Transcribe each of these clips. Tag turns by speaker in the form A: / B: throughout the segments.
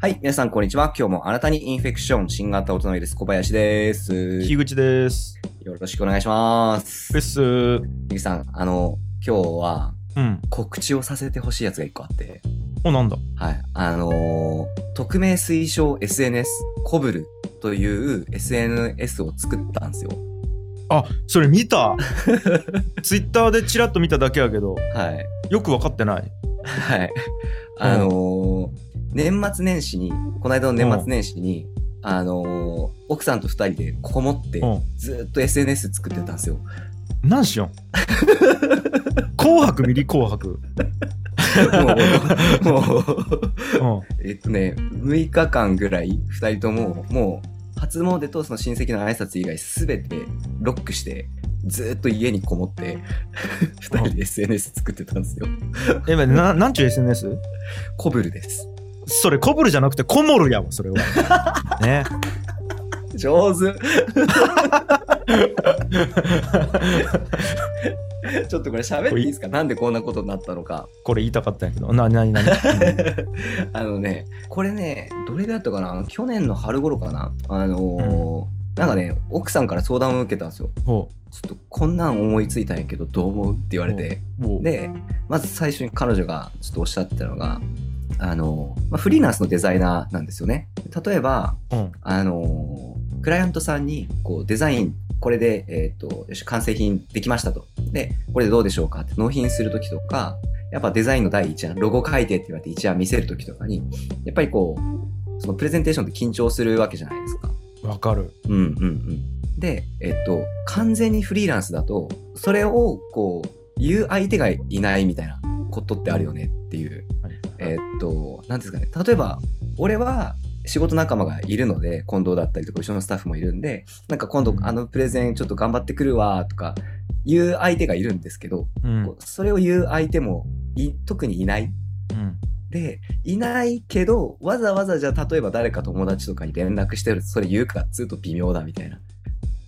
A: はい、皆さん、こんにちは。今日もあなたにインフェクション、新型オトナウイルス、小林です。
B: 樋
A: よ
B: 口です。
A: ろしくお願いします。
B: フェス。う
A: ゆきさん、あの、今日は
B: ん。
A: 告知をさせてほしいやつが一個あって、
B: お、なんだ。
A: はい、あのー匿名推奨 SNS、コブルという SNS を作ったんですよ。
B: あ、それ 見た。ツイッターでチラッと見ただけやけど、
A: はい。
B: よく分かってない。
A: はい。あのー年末年始に、この間の年末年始に、あのー奥さんと二人でこもって
B: う、ん。
A: ずーっと SNS 作ってたんですよ。
B: なんしよん。 紅白見り紅白。
A: もう、もう、
B: うん。
A: えっとね、6日間ぐらい、二人とも、もう、初詣とその親戚の挨拶以外すべてロックして、ずーっと家にこもって、二人で SNS 作ってたんですよ。
B: え、まななんちゅう SNS?
A: コブルです。
B: それ、コブルじゃなくてコモルやわ、それは。 ね。
A: 上 手ちょっとこれ喋っていいですかなんでこんなことになったのか。
B: これ言いたかったんやけど。なになに なに
A: あのね、これね、どれぐらいだったかなあの去年の春頃かなあのーなんかね、奥さんから相談を受けたんですよ。
B: ほ
A: ちょっとこんなん思いついたんやけどどう思うって言われて、
B: う。ほう。
A: でまず最初に彼女がちょっとおっしゃってたのがあの、まあ、フリーランスのデザイナーなんですよね例えば
B: うん。
A: あのクライアントさんにこうデザインこれで、えっとよし完成品できましたとでこれでどうでしょうかって納品する時とかやっぱデザインの第一案ロゴ書いてって言われて一案見せる時とかにやっぱりこうそのプレゼンテーションって緊張するわけじゃないですか。
B: わかる。
A: うんうんうん。で、えっと、完全にフリーランスだと、それをこう、言う相手がいないみたいなことってあるよねっていう。えっと、なんていうんですかね。例えば、俺は仕事仲間がいるので、近藤だったりとか、後ろのスタッフもいるんで、なんか今度あのプレゼンちょっと頑張ってくるわとか、言う相手がいるんですけど、
B: うん。
A: こうそれを言う相手もい特にいない
B: うん。
A: でいないけどわざわざじゃあ例えば誰か友達とかに連絡してるそれ言うかっつうと微妙だみたいな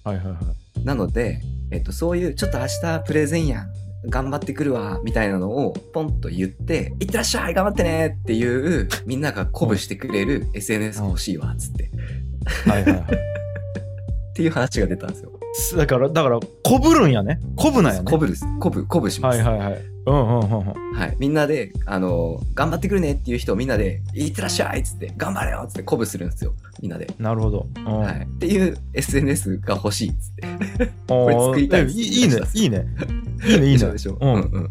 B: はいはいはい。
A: なので、えっと、そういうちょっと明日プレゼンやん頑張ってくるわみたいなのをポンと言って「いってらっしゃい頑張ってね」っていうみんなが鼓舞してくれる SNS が欲しいわっつってっ
B: はいはいはい。
A: ていう話が出たんですよ。
B: すだから、だから、こぶるんやね。こぶなんやね。
A: 鼓舞です鼓舞鼓舞しま
B: はい
A: す。
B: はいはい。うんうんうんうん。
A: はい、みんなで、あの頑張ってくるねっていう人をみんなで、いってらっしゃいっつって、頑張れよっつって鼓舞するんですよ、みんなで。
B: なるほど。うん
A: はい、っていう SNS が欲しいっつって。
B: こ
A: れ作りたいです
B: いい ね、いいね。い いね、いいね。
A: でしょ、
B: うん
A: うんうん、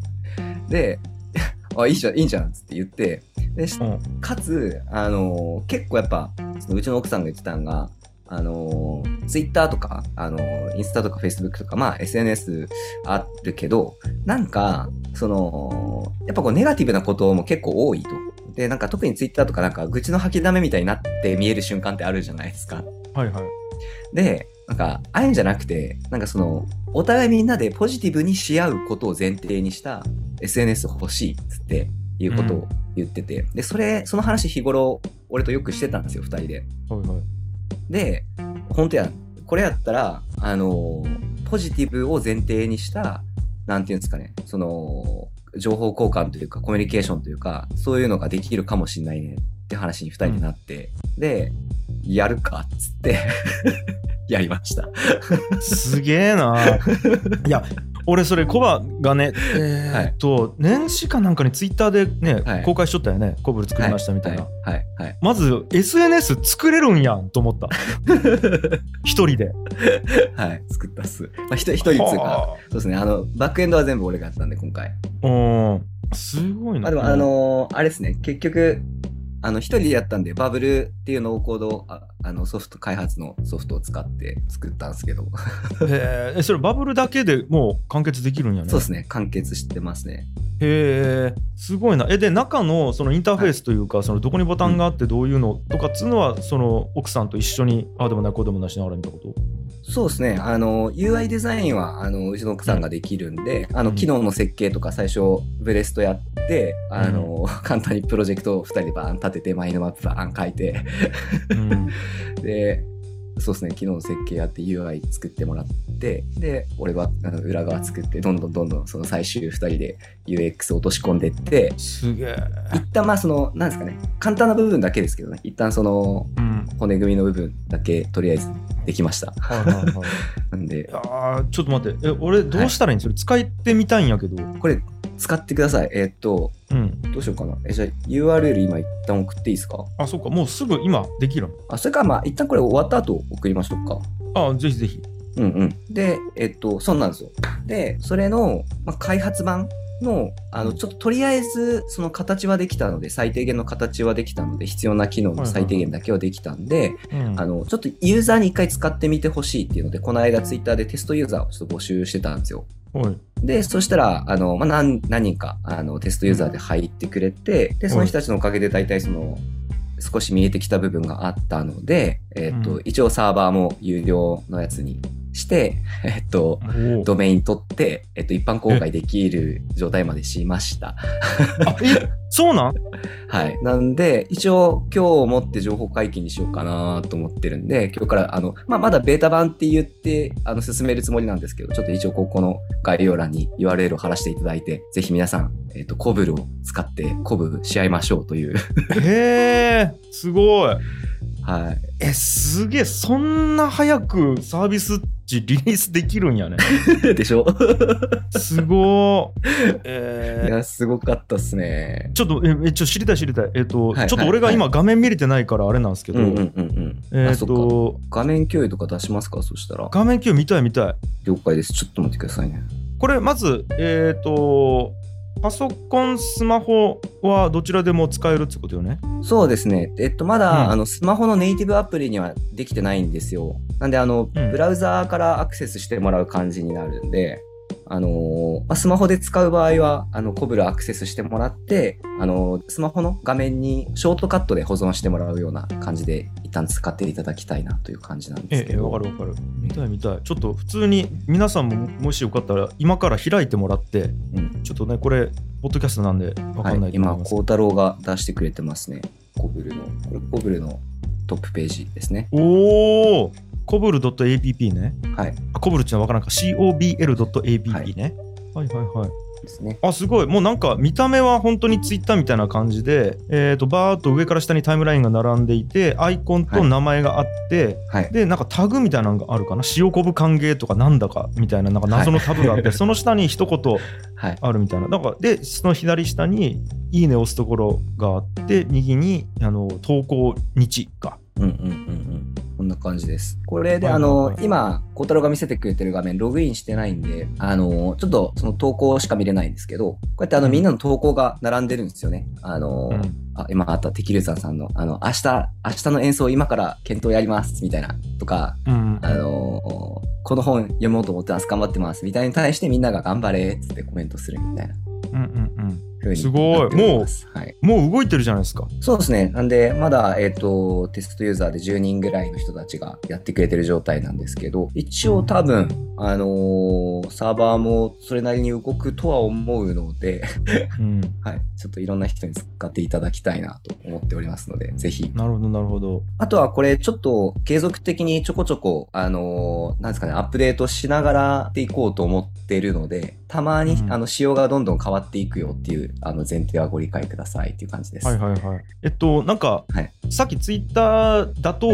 A: で あいいじゃんいいじゃんっつって言ってでし
B: うん
A: かつ、あのー結構やっぱそのうちの奥さんが言ってたんが、あのー、Twitter とか、あのーインスタとか Facebook とか、まあ、SNS あるけどなんかそのやっぱこうネガティブなことも結構多いと。でなんか特に Twitter とかなんか愚痴の吐きだめみたいになって見える瞬間ってあるじゃないですか。
B: はいはい。
A: でなんかああいうんじゃなくてなんかそのお互いみんなでポジティブにし合うことを前提にした SNS 欲しいっつっていうことを言ってて、でそれその話日頃俺とよくしてたんですよ2人で
B: はいはい。
A: で本当やこれやったらあのポジティブを前提にしたなんていうんですかねその情報交換というかコミュニケーションというかそういうのができるかもしれないねって話に2人でなって、でやるかっつって やりました
B: すげえな。いや、俺それコバがね、えーっと、年始かなんかにツイッターでね、
A: はい
B: 公開しとったよね。コブル作りましたみたいな。
A: はいはいはい
B: まず SNS 作れるんやんと思 った一人で
A: はい、はい作ったっす、まあ、一人一人っつうかそうですねあのバックエンドは全部俺がやったんで今回
B: はあうんすごい
A: ま
B: な
A: あでも、あのーあれですね、結局、あの、一人でやったんで、バブルっていうノーコード、ああの、ソフト、開発のソフトを使って作ったんですけど、
B: へーえそれバブルだけでもう完結できるんやね
A: そうですね、完結してますね。
B: へえすごいなえで中のそのインターフェースというか、そのどこにボタンがあってどういうのとかっつうのはその奥さんと一緒にああでもないこうでもないしながら見たこと
A: そうですね、あの、UI デザインは、あの、うちの奥さんができるんで、あの、
B: うん
A: 機能の設計とか最初、ブレストやって、あの、簡単にプロジェクトを二人でバーン立てて、マインドマップバーン書いて、
B: うん、
A: で、そうですね、昨日の設計やって UI 作ってもらって、で、俺はあの裏側作って、どんどんどんどんその最終2人で UX 落とし込んでって、
B: すげえ。
A: 一旦まあその、なんですかね、簡単な部分だけですけどね、一旦その
B: うん。
A: 骨組みの部分だけとりあえずできました。
B: はいはい はい。
A: なんで
B: い、やーちょっと待って、え俺どうしたらいいんですか、使ってみたいんやけど。
A: これ使ってください。えーっと、
B: うん。
A: どうしようかな。え、じゃあ URL 今一旦送っていいですか
B: あ、そっか、もうすぐ今できる
A: あ、それからまあ一旦これ終わった後送りましょうか。
B: の。あ、ぜひぜひ。
A: うんうん。で、えっと、そうなんですよ。で、それの、まあ、開発版の、あの、ちょっととりあえず、その形はできたので、最低限の形はできたので、必要な機能の最低限だけはできたんで、
B: うん
A: あの、ちょっとユーザーに一回使ってみてほしいっていうので、この間ツイッターでテストユーザーをちょっと募集してたんですよ。
B: はい。
A: で、そしたら、あの、まあ、何、何人か、あの、テストユーザーで入ってくれて、で、その人たちのおかげで大体その、少し見えてきた部分があったので、えっと、
B: うん
A: 一応サーバーも有料のやつにして、えっと、
B: おー
A: ドメイン取って、えっと、一般公開できる状態までしました。
B: あえそうなん
A: はい。なんで、一応今日をもって情報解禁にしようかなと思ってるんで、今日から、あの、まあ、まだベータ版って言って、あの、進めるつもりなんですけど、ちょっと一応ここの概要欄に URL を貼らせていただいて、ぜひ皆さん、えっ、と、コブルを使って、コブし合いましょうという。
B: へえ、すごい。
A: はい。
B: え、すげえ、そんな早くサービス値リリースできるんやね。
A: でしょ
B: すごー
A: い
B: えー
A: や、すごかったっすね。
B: ちょっと、え、えちょ、知りたい知りたい。えっ、と、
A: はい
B: ちょっと俺が
A: はい
B: 今画面見れてないからあれなんですけど、
A: うんうんうんうん。
B: え
A: あ、
B: っ、
A: そっか。
B: と、
A: 画面共有とか出しますかそしたら。
B: 画面共有見たい見たい。
A: 了解です。ちょっと待ってくださいね。
B: これまずえっ、とパソコンスマホはどちらでも使えるってことよね
A: そうですね。えっと、まだ、
B: うん
A: あのスマホのネイティブアプリにはできてないんですよ。なんで、あの、
B: うん
A: ブラウザーからアクセスしてもらう感じになるんで、あのーまあ、スマホで使う場合は、あの、コブルアクセスしてもらって、あのースマホの画面にショートカットで保存してもらうような感じで、一旦使っていただきたいなという感じなんです
B: え
A: け
B: えわ
A: ど。
B: かるわかる見たい見たいちょっと普通に皆さんももしよかったら今から開いてもらって
A: うん
B: ちょっとねこれポッドキャストなんでわかん
A: は、
B: ないいと思
A: 今、
B: います、
A: 孝太郎が出してくれてますね。コブルの、これコブルのトップページですね。
B: おおコブル .app ね
A: はい。
B: あコブルっていうのはわからんか cobl.app ね、はい、はいはい
A: ですね。
B: あすごいもうなんか見た目は本当にツイッターみたいな感じで、えー、とバーっと上から下にタイムラインが並んでいてアイコンと名前があって、
A: はい。
B: でなんかタグみたいなのがあるかな塩昆布歓迎とかなんだかみたいななんか謎のタブがあ っ
A: は
B: て、
A: い
B: その下に一言
A: はい。
B: あるみたいななんかでその左下に「いいね」を押すところがあって右にあの投稿日が
A: うんうんうんうん。こんな感じです。これで、
B: はい
A: あ
B: はい
A: の
B: は、い
A: 今、孝太郎が見せてくれてる画面、ログインしてないんで、あの、ちょっとその投稿しか見れないんですけど、こうやってあの、
B: うん
A: みんなの投稿が並んでるんですよね。あの、
B: うん
A: あ今あったテキルーザーさんの、あの、明日、明日の演奏を今から検討やります、みたいな、とか、
B: うん
A: あの、この本読もうと思ってます、頑張ってます、みたいに対してみんなが頑張れ、っつってコメントするみたいな
B: うんうん
A: 風に
B: すごい
A: なっております。はい。
B: うんもう動いてるじゃないですか
A: そうですね。なんで、まだ、えっ、と、テストユーザーで10人ぐらいの人たちがやってくれてる状態なんですけど、一応多分、あのーサーバーもそれなりに動くとは思うので、
B: うん
A: はい、ちょっといろんな人に使っていただきたいなと思っておりますので、ぜひ。
B: なるほどなるほど
A: あとはこれ、ちょっと継続的にちょこちょこ、あのーなんですかね、アップデートしながらでいこうと思ってるので、たまに、
B: うん
A: あの、仕様がどんどん変わっていくよっていう、あの、前提はご理解くださいっていう感じです。
B: はいはいはいえっとなんか、
A: はい
B: さっきツイッターだと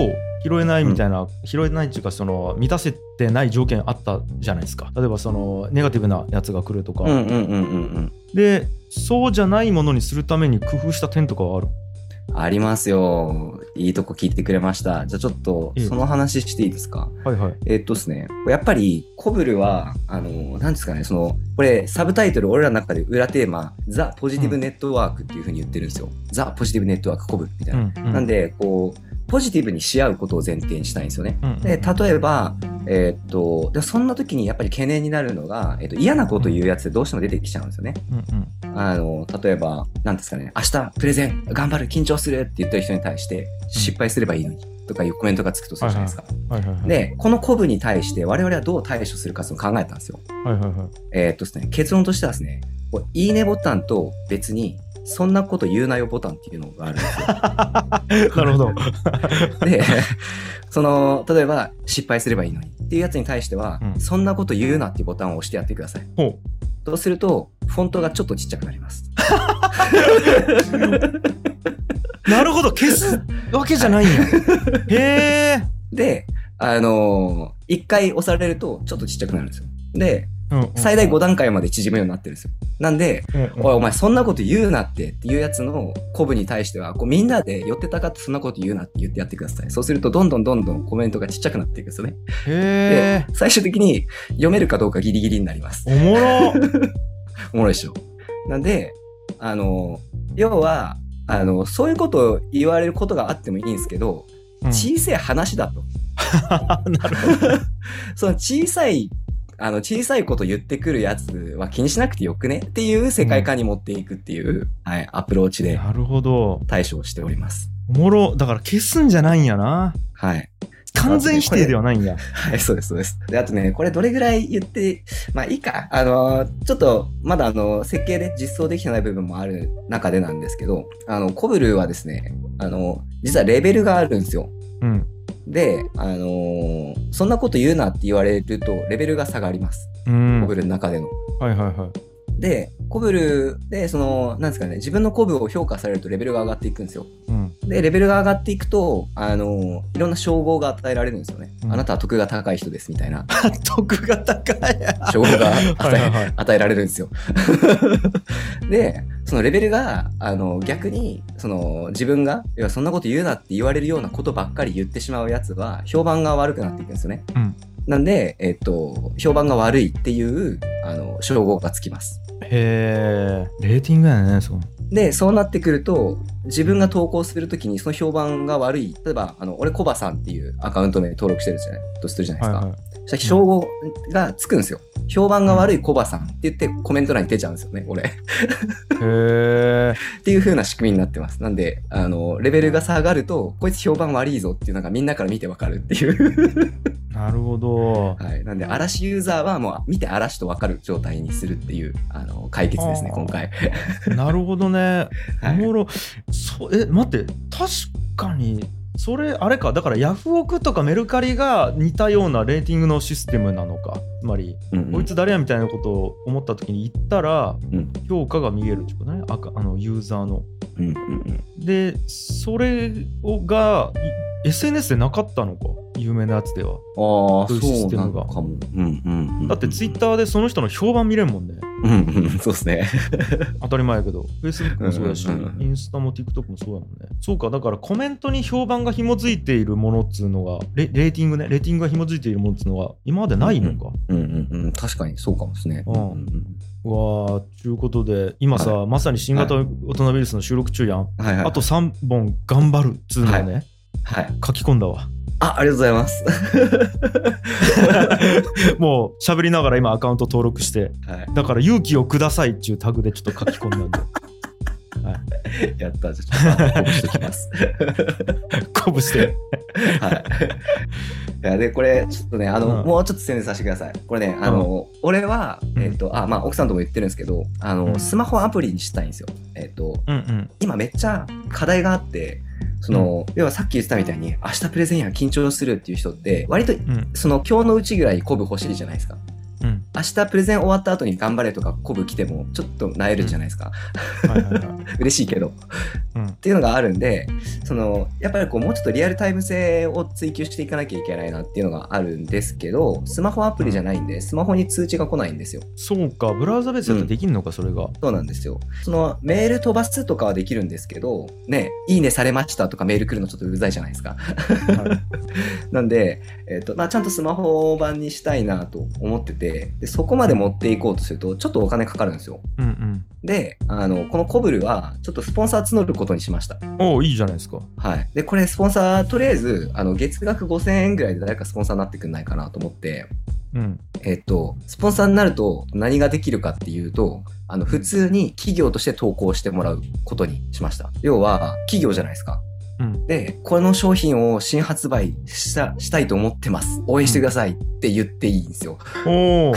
B: 拾えないみたいな、拾えないっていうかその満たせてない条件あったじゃないですか例えばそのネガティブなやつが来るとか、
A: うんうんうんうんうん。
B: でそうじゃないものにするために工夫した点とかはある
A: ありますよ。いいとこ聞いてくれました。じゃあちょっと
B: ええ、
A: その話していいですか、
B: はいはい
A: えっとですね、やっぱり、コブルは、あの、なんですかね、その、これ、サブタイトル、俺らの中で裏テーマ、ザ・ポジティブネットワークっていうふうに言ってるんですよ。ザ・ポジティブネットワーク、コブルみたいな。なん
B: で、
A: で、こう、ポジティブにし合うことを前提にしたいんですよね。
B: うんうん
A: で、例えば、えっと、でそんな時にやっぱり懸念になるのが、えっと、嫌なこと言うやつでどうしても出てきちゃうんですよね。
B: うんうん
A: あの、例えば、なんですかね、明日プレゼン、頑張る、緊張するって言ってる人に対して、失敗すればいいのに、とかいうコメントがつくとするじゃないですか。
B: はいはいはい
A: で、この鼓舞に対して我々はどう対処するかその考えたんですよ。
B: はいはいはい
A: えーっとですね、結論としてはですね、こういいねボタンと別に、そんなこと言うなよボタンっていうのがあるんですよ。
B: なるほど。
A: で、その、例えば、失敗すればいいのにっていうやつに対しては、
B: うん
A: そんなこと言うなっていうボタンを押してやってください。
B: ほ
A: そうすると、フォントがちょっとちっちゃくなります。
B: うなるほど、消すわけじゃないんや。へえ。
A: で、あのー、一回押されると、ちょっとちっちゃくなるんですよ。で、
B: うんうん
A: 最大5段階まで縮むようになってるんですよ。なんで、
B: うんうん
A: おい、お前そんなこと言うなってっていうやつの鼓舞に対しては、こうみんなで寄ってたかってそんなこと言うなって言ってやってください。そうすると、どんどんどんどんコメントがちっちゃくなっていくんですよね。
B: へえ。
A: 最終的に読めるかどうかギリギリになります。
B: おもろ。
A: おもろいでしょ。なんで、あの、要は、あの、そういうことを言われることがあってもいいんですけど、
B: うん
A: 小さい話だと。
B: なるほど。
A: その小さい、あの、小さいこと言ってくるやつは気にしなくてよくねっていう世界観に持っていくっていう、はい、アプローチで
B: なるほど。
A: 対処をしております。
B: おもろ。だから消すんじゃないんやな。
A: はい。
B: 完全否定ではないんや。
A: はい、そうです、そうです。で、あとね、これどれぐらい言って、まあいいか。あのー、ちょっと、まだあの、設計で実装できてない部分もある中でなんですけど、あの、コブルはですね、あの、実はレベルがあるんですよ。
B: うん。
A: で、あのーそんなこと言うなって言われると、レベルが下がります。
B: うん。
A: コブ
B: はい
A: ルの中での。
B: はいはい。
A: で、コブルで、その、なんですかね、自分のコブを評価されるとレベルが上がっていくんですよ。
B: うん。
A: で、レベルが上がっていくと、あのーいろんな称号が与えられるんですよね。
B: うん
A: あなたは得が高い人です、みたいな。
B: 得が高い。
A: 称号が与え
B: はいはいはい。
A: 与えられるんですよ。 で、そのレベルが、あの、逆に、その、自分が、いや、そんなこと言うなって言われるようなことばっかり言ってしまうやつは、評判が悪くなっていくんですよね。
B: うん
A: なんで、えっと、評判が悪いっていう、あの、称号がつきます。
B: へえ。レーティングやね、そう。
A: で、そうなってくると、自分が投稿するときに、その評判が悪い。例えば、あの、俺、コバさんっていうアカウント名登録してるじゃない、とするじゃないで
B: は
A: す
B: い
A: か。
B: はい。
A: そしたら称号がつくんですよ。評判が悪いコバさんって言って、コメント欄に出ちゃうんですよね、俺。
B: へえ。
A: っていう風な仕組みになってます。なんで、あの、レベルが下がると、こいつ評判悪いぞっていうのがみんなから見てわかるっていう。
B: なるほど。
A: はい。なんで、嵐ユーザーはもう見て嵐とわかる状態にするっていう、あの、解決ですね、
B: あー
A: 今回。
B: なるほどね。お
A: はい
B: もろ。そえ、待って、確かに、それ、あれか、だからヤフオクとかメルカリが似たようなレーティングのシステムなのか。つまり、
A: うんうん
B: こいつ誰やみたいなことを思った時に言ったら、
A: うん
B: 評価が見えるってことね、あかあのユーザーの。
A: うんうんうん
B: で、それをがい SNS でなかったのか、有名なやつでは。
A: ああ、
B: そういうシ
A: そ
B: ス
A: う
B: テ
A: な
B: ム
A: の
B: が
A: かも。うんうんうん
B: だって、ツイッターでその人の評判見れるもんね。
A: うんうん、そうですね。
B: 当たり前やけど、Facebook もそうだし、
A: うんうんうん
B: インスタも TikTok もそうやもんね。そうか、だからコメントに評判が紐づいているものっつうのが、レレーティングね、レーティングが紐づいているものっつうのが、今までないのか。
A: うんうんうん、確かにそうかもですね。
B: う
A: うんんうん
B: うわあ、ちゅうことで、今さ、まさに新型
A: は
B: 大人ウイルスの収録中やん。
A: うんはいはい。
B: あと、3本頑張るっつうのをね、
A: はい。
B: 書き込んだ わ。
A: あ、ありがとうございます。
B: もう喋りながら今アカウント登録して、
A: は
B: だから勇気をくださいっちゅうタグでちょっと書き込んだ んで、
A: い。やった。じゃあ、ちょっと、報告しておきます。
B: 鼓舞して。
A: はい。いやで、これ、ちょっとね、あの、
B: うん
A: もうちょっと宣伝させてください。これね、あの、俺は、
B: うん
A: えっ、と、あ、まあ、奥さんとも言ってるんですけど、あの、
B: うん
A: スマホアプリにしたいんですよ。えっ、と、
B: うんうん。
A: 今めっちゃ課題があって、その、要はさっき言ってたみたいに、明日プレゼンや緊張するっていう人って、割と、
B: うん
A: その、今日のうちぐらい鼓舞欲しいじゃないですか。
B: うん。
A: 明日プレゼン終わった後に頑張れとか鼓舞来ても、ちょっと萎えるじゃないですか。
B: はいはいはい。
A: 嬉しいけど。
B: うん
A: っていうのがあるんでそのやっぱりこうもうちょっとリアルタイム性を追求していかなきゃいけないなっていうのがあるんですけどスマホアプリじゃないんでスマホに通知が来ないんですよ
B: そうか、ブラウザベースだとできんのか、それが。
A: そうなんですよそのメール飛ばすとかはできるんですけどねいいねされましたとかメール来るのちょっとうざいじゃないですかなんで、えっとまあ、ちゃんとスマホ版にしたいなと思っててでそこまで持っていこうとするとちょっとお金かかるんですよ
B: うん
A: であのこのコブルはちょっとスポンサー募ることにしました
B: うん。おお、いいじゃないですか。
A: はい。で、これ、スポンサー、とりあえず、あの、月額5000円ぐらいで誰かスポンサーになってくんないかなと思って、
B: うん。
A: えっと、スポンサーになると何ができるかっていうと、あの、普通に企業として投稿してもらうことにしました。要は、企業じゃないですか。
B: うん。
A: で、この商品を新発売 した、したいと思ってます。応援してくださいって言っていいんですよ。
B: おお、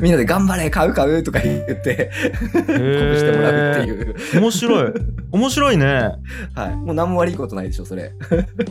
A: みんなで頑張れ、買う買うとか言って、
B: 鼓
A: 鼓舞 してもらうっていう。
B: 面白い面白いね
A: はい。もう何も悪いことないでしょ、それ。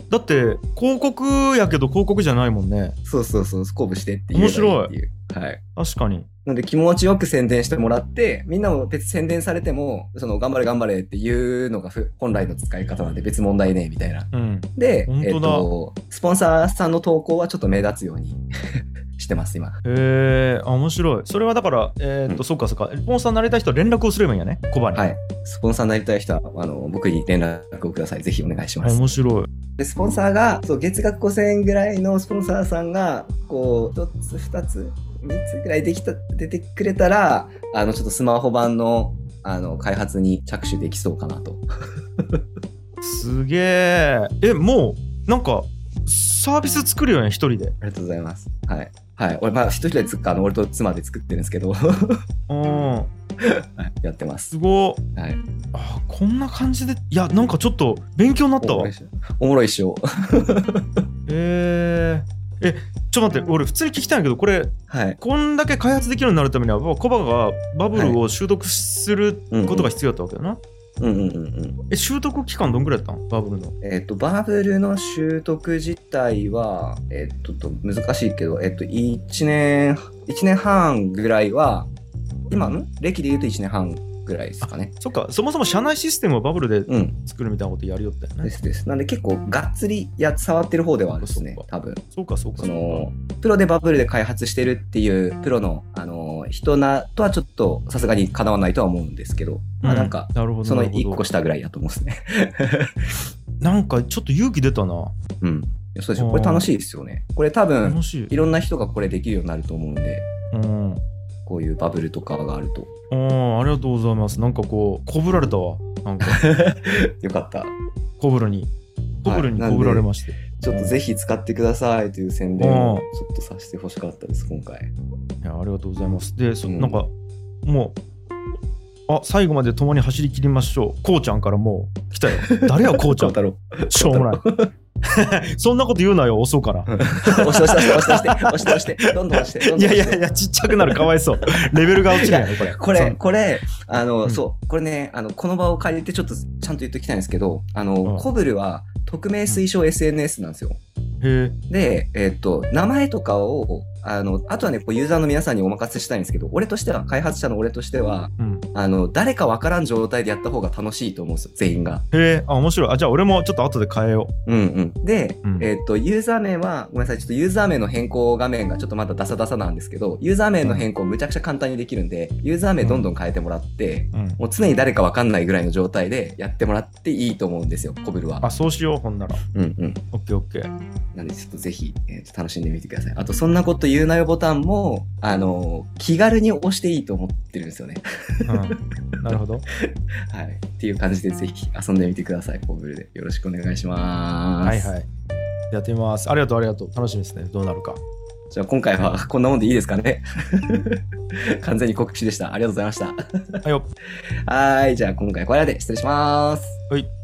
B: だって広告やけど広告じゃないもんね
A: そうそうそう、鼓舞してって言えばいいっていう。はい。
B: 確かに
A: なんで気持ちよく宣伝してもらって、みんなも別に宣伝されても、その頑張れ頑張れっていうのがふ本来の使い方なんで別に問題ねえみたいな。
B: うん
A: で、
B: 本
A: えっ
B: 当だ
A: と、スポンサーさんの投稿はちょっと目立つように してます、今。
B: へえあ面白いそれはだからえーっと、
A: うん
B: そうかそうかスポンサーになりたい人は連絡をすればいいんやねコバに、
A: はい。スポンサーになりたい人は、あの、僕に連絡をください。ぜひお願いし
B: あ
A: ます。
B: 面白い
A: でスポンサーがそう月額5000円ぐらいのスポンサーさんがこう1つ2つ3つぐらいできた出てくれたらあのちょっとスマホ版のあの開発に着手できそうかなと
B: すげええもうなんかサービス作るよね一人で
A: ありがとうございますはいはい俺まあ一人でつっかあの俺と妻で作ってるんですけど はい
B: うん
A: やってます
B: すごい
A: はい
B: あこんな感じでいやなんかちょっと勉強になった
A: おも
B: わ
A: ろいっしょおもろいっしょ
B: えー、えちょっと待って俺普通に聞きたいんだけどこれ
A: はい
B: こんだけ開発できるようになるためにはやっぱコバがバブルを習得することが必要だったわけだな、
A: うんうんうんうん
B: え習得期間どんぐらいやったんバブルの
A: えっとバブルの習得自体は、えっとと難しいけど、えっと1年1年半ぐらいは今の歴で言うと1年半ぐらいですかね。
B: そっかそもそも社内システムをバブルで
A: うん、
B: 作るみたいなことやりよったよ
A: で
B: ね
A: すです。なんで結構がっつりや触ってる方ではあるですね
B: そう、か
A: 多分。
B: そうかそうか
A: そ
B: そうか
A: のプロでバブルで開発してるっていうプロの、あの人なとはちょっとさすがにかなわないとは思うんですけど、まあ、なんか
B: うなるほど
A: その
B: なるほど
A: 1個下ぐらいだと思うんですね。
B: なんかちょっと勇気出たな
A: うん、いやそうですよこれ楽しいですよね。これ多分
B: 楽しい
A: いろんな人がこれできるようになると思うんで、
B: うん
A: こういうバブルとかがあると。
B: うんありがとうございますなんかこうこぶられたわな んか
A: よかった。
B: こぶるにこぶるにこぶられまして、
A: ちょっとぜひ使ってくださいという宣伝
B: うん
A: をちょっとさせてほしかったです、今回。
B: いやありがとうございます。で、そ
A: うん
B: なんかもうあ最後まで共に走り切りましょう。こうちゃんからもう来たよ。誰やこうちゃ ん。
A: 太郎。
B: しょうもない。 そんなこと言うなよ遅うから。
A: 押して押して押して押して押して押してどんどん押して。どん
B: い
A: どん押
B: やい
A: して
B: やいやちっちゃくなるかわいそう。レベルが落ちるやろこれ。
A: これ、これ、あの、
B: うん
A: そう、これね、あの、この場を借りてちょっとちゃんと言っときたいんですけど、あ
B: うん
A: の、コブルは匿名推奨 SNS なんですよ。
B: そへえ
A: で、えっと、名前とかを、あの、あとはね、こうユーザーの皆さんにお任せしたいんですけど、俺としては、開発者の俺としては、
B: うん、
A: あの、誰かわからん状態でやった方が楽しいと思うんですよ、全員が。
B: へえあ面白いあじゃあ俺もちょっと後で変えよ
A: うんうん、で、
B: うん
A: えっとユーザー名はごめんなさいちょっとユーザー名の変更画面がちょっとまだダサダサなんですけどユーザー名の変更むちゃくちゃ簡単にできるんでユーザー名どんどん変えてもらって、
B: う、うん、
A: もう常に誰かわかんないぐらいの状態でやってもらっていいと思うんですよコブルは
B: あ。そうしようほんなら
A: うんうん、
B: オッケーオッケー
A: なんでちょっとぜひ、えーと楽しんでみてください。あと「そんなこと言うなよ」ボタンも、あのー気軽に押していいと思ってるんですよね。
B: うん、 なるほど
A: はい、っていう感じでぜひ遊んでみてくださいコブルでよろしくお願いします。
B: はいはいやってみますありがとうありがとう楽しみですねどうな るか
A: じゃあ今回は こんなもんでいいですか ね完全に告知でした。ありがとうございました。
B: はいよ
A: はーい。じゃあ今回はこれまで失礼します。
B: はい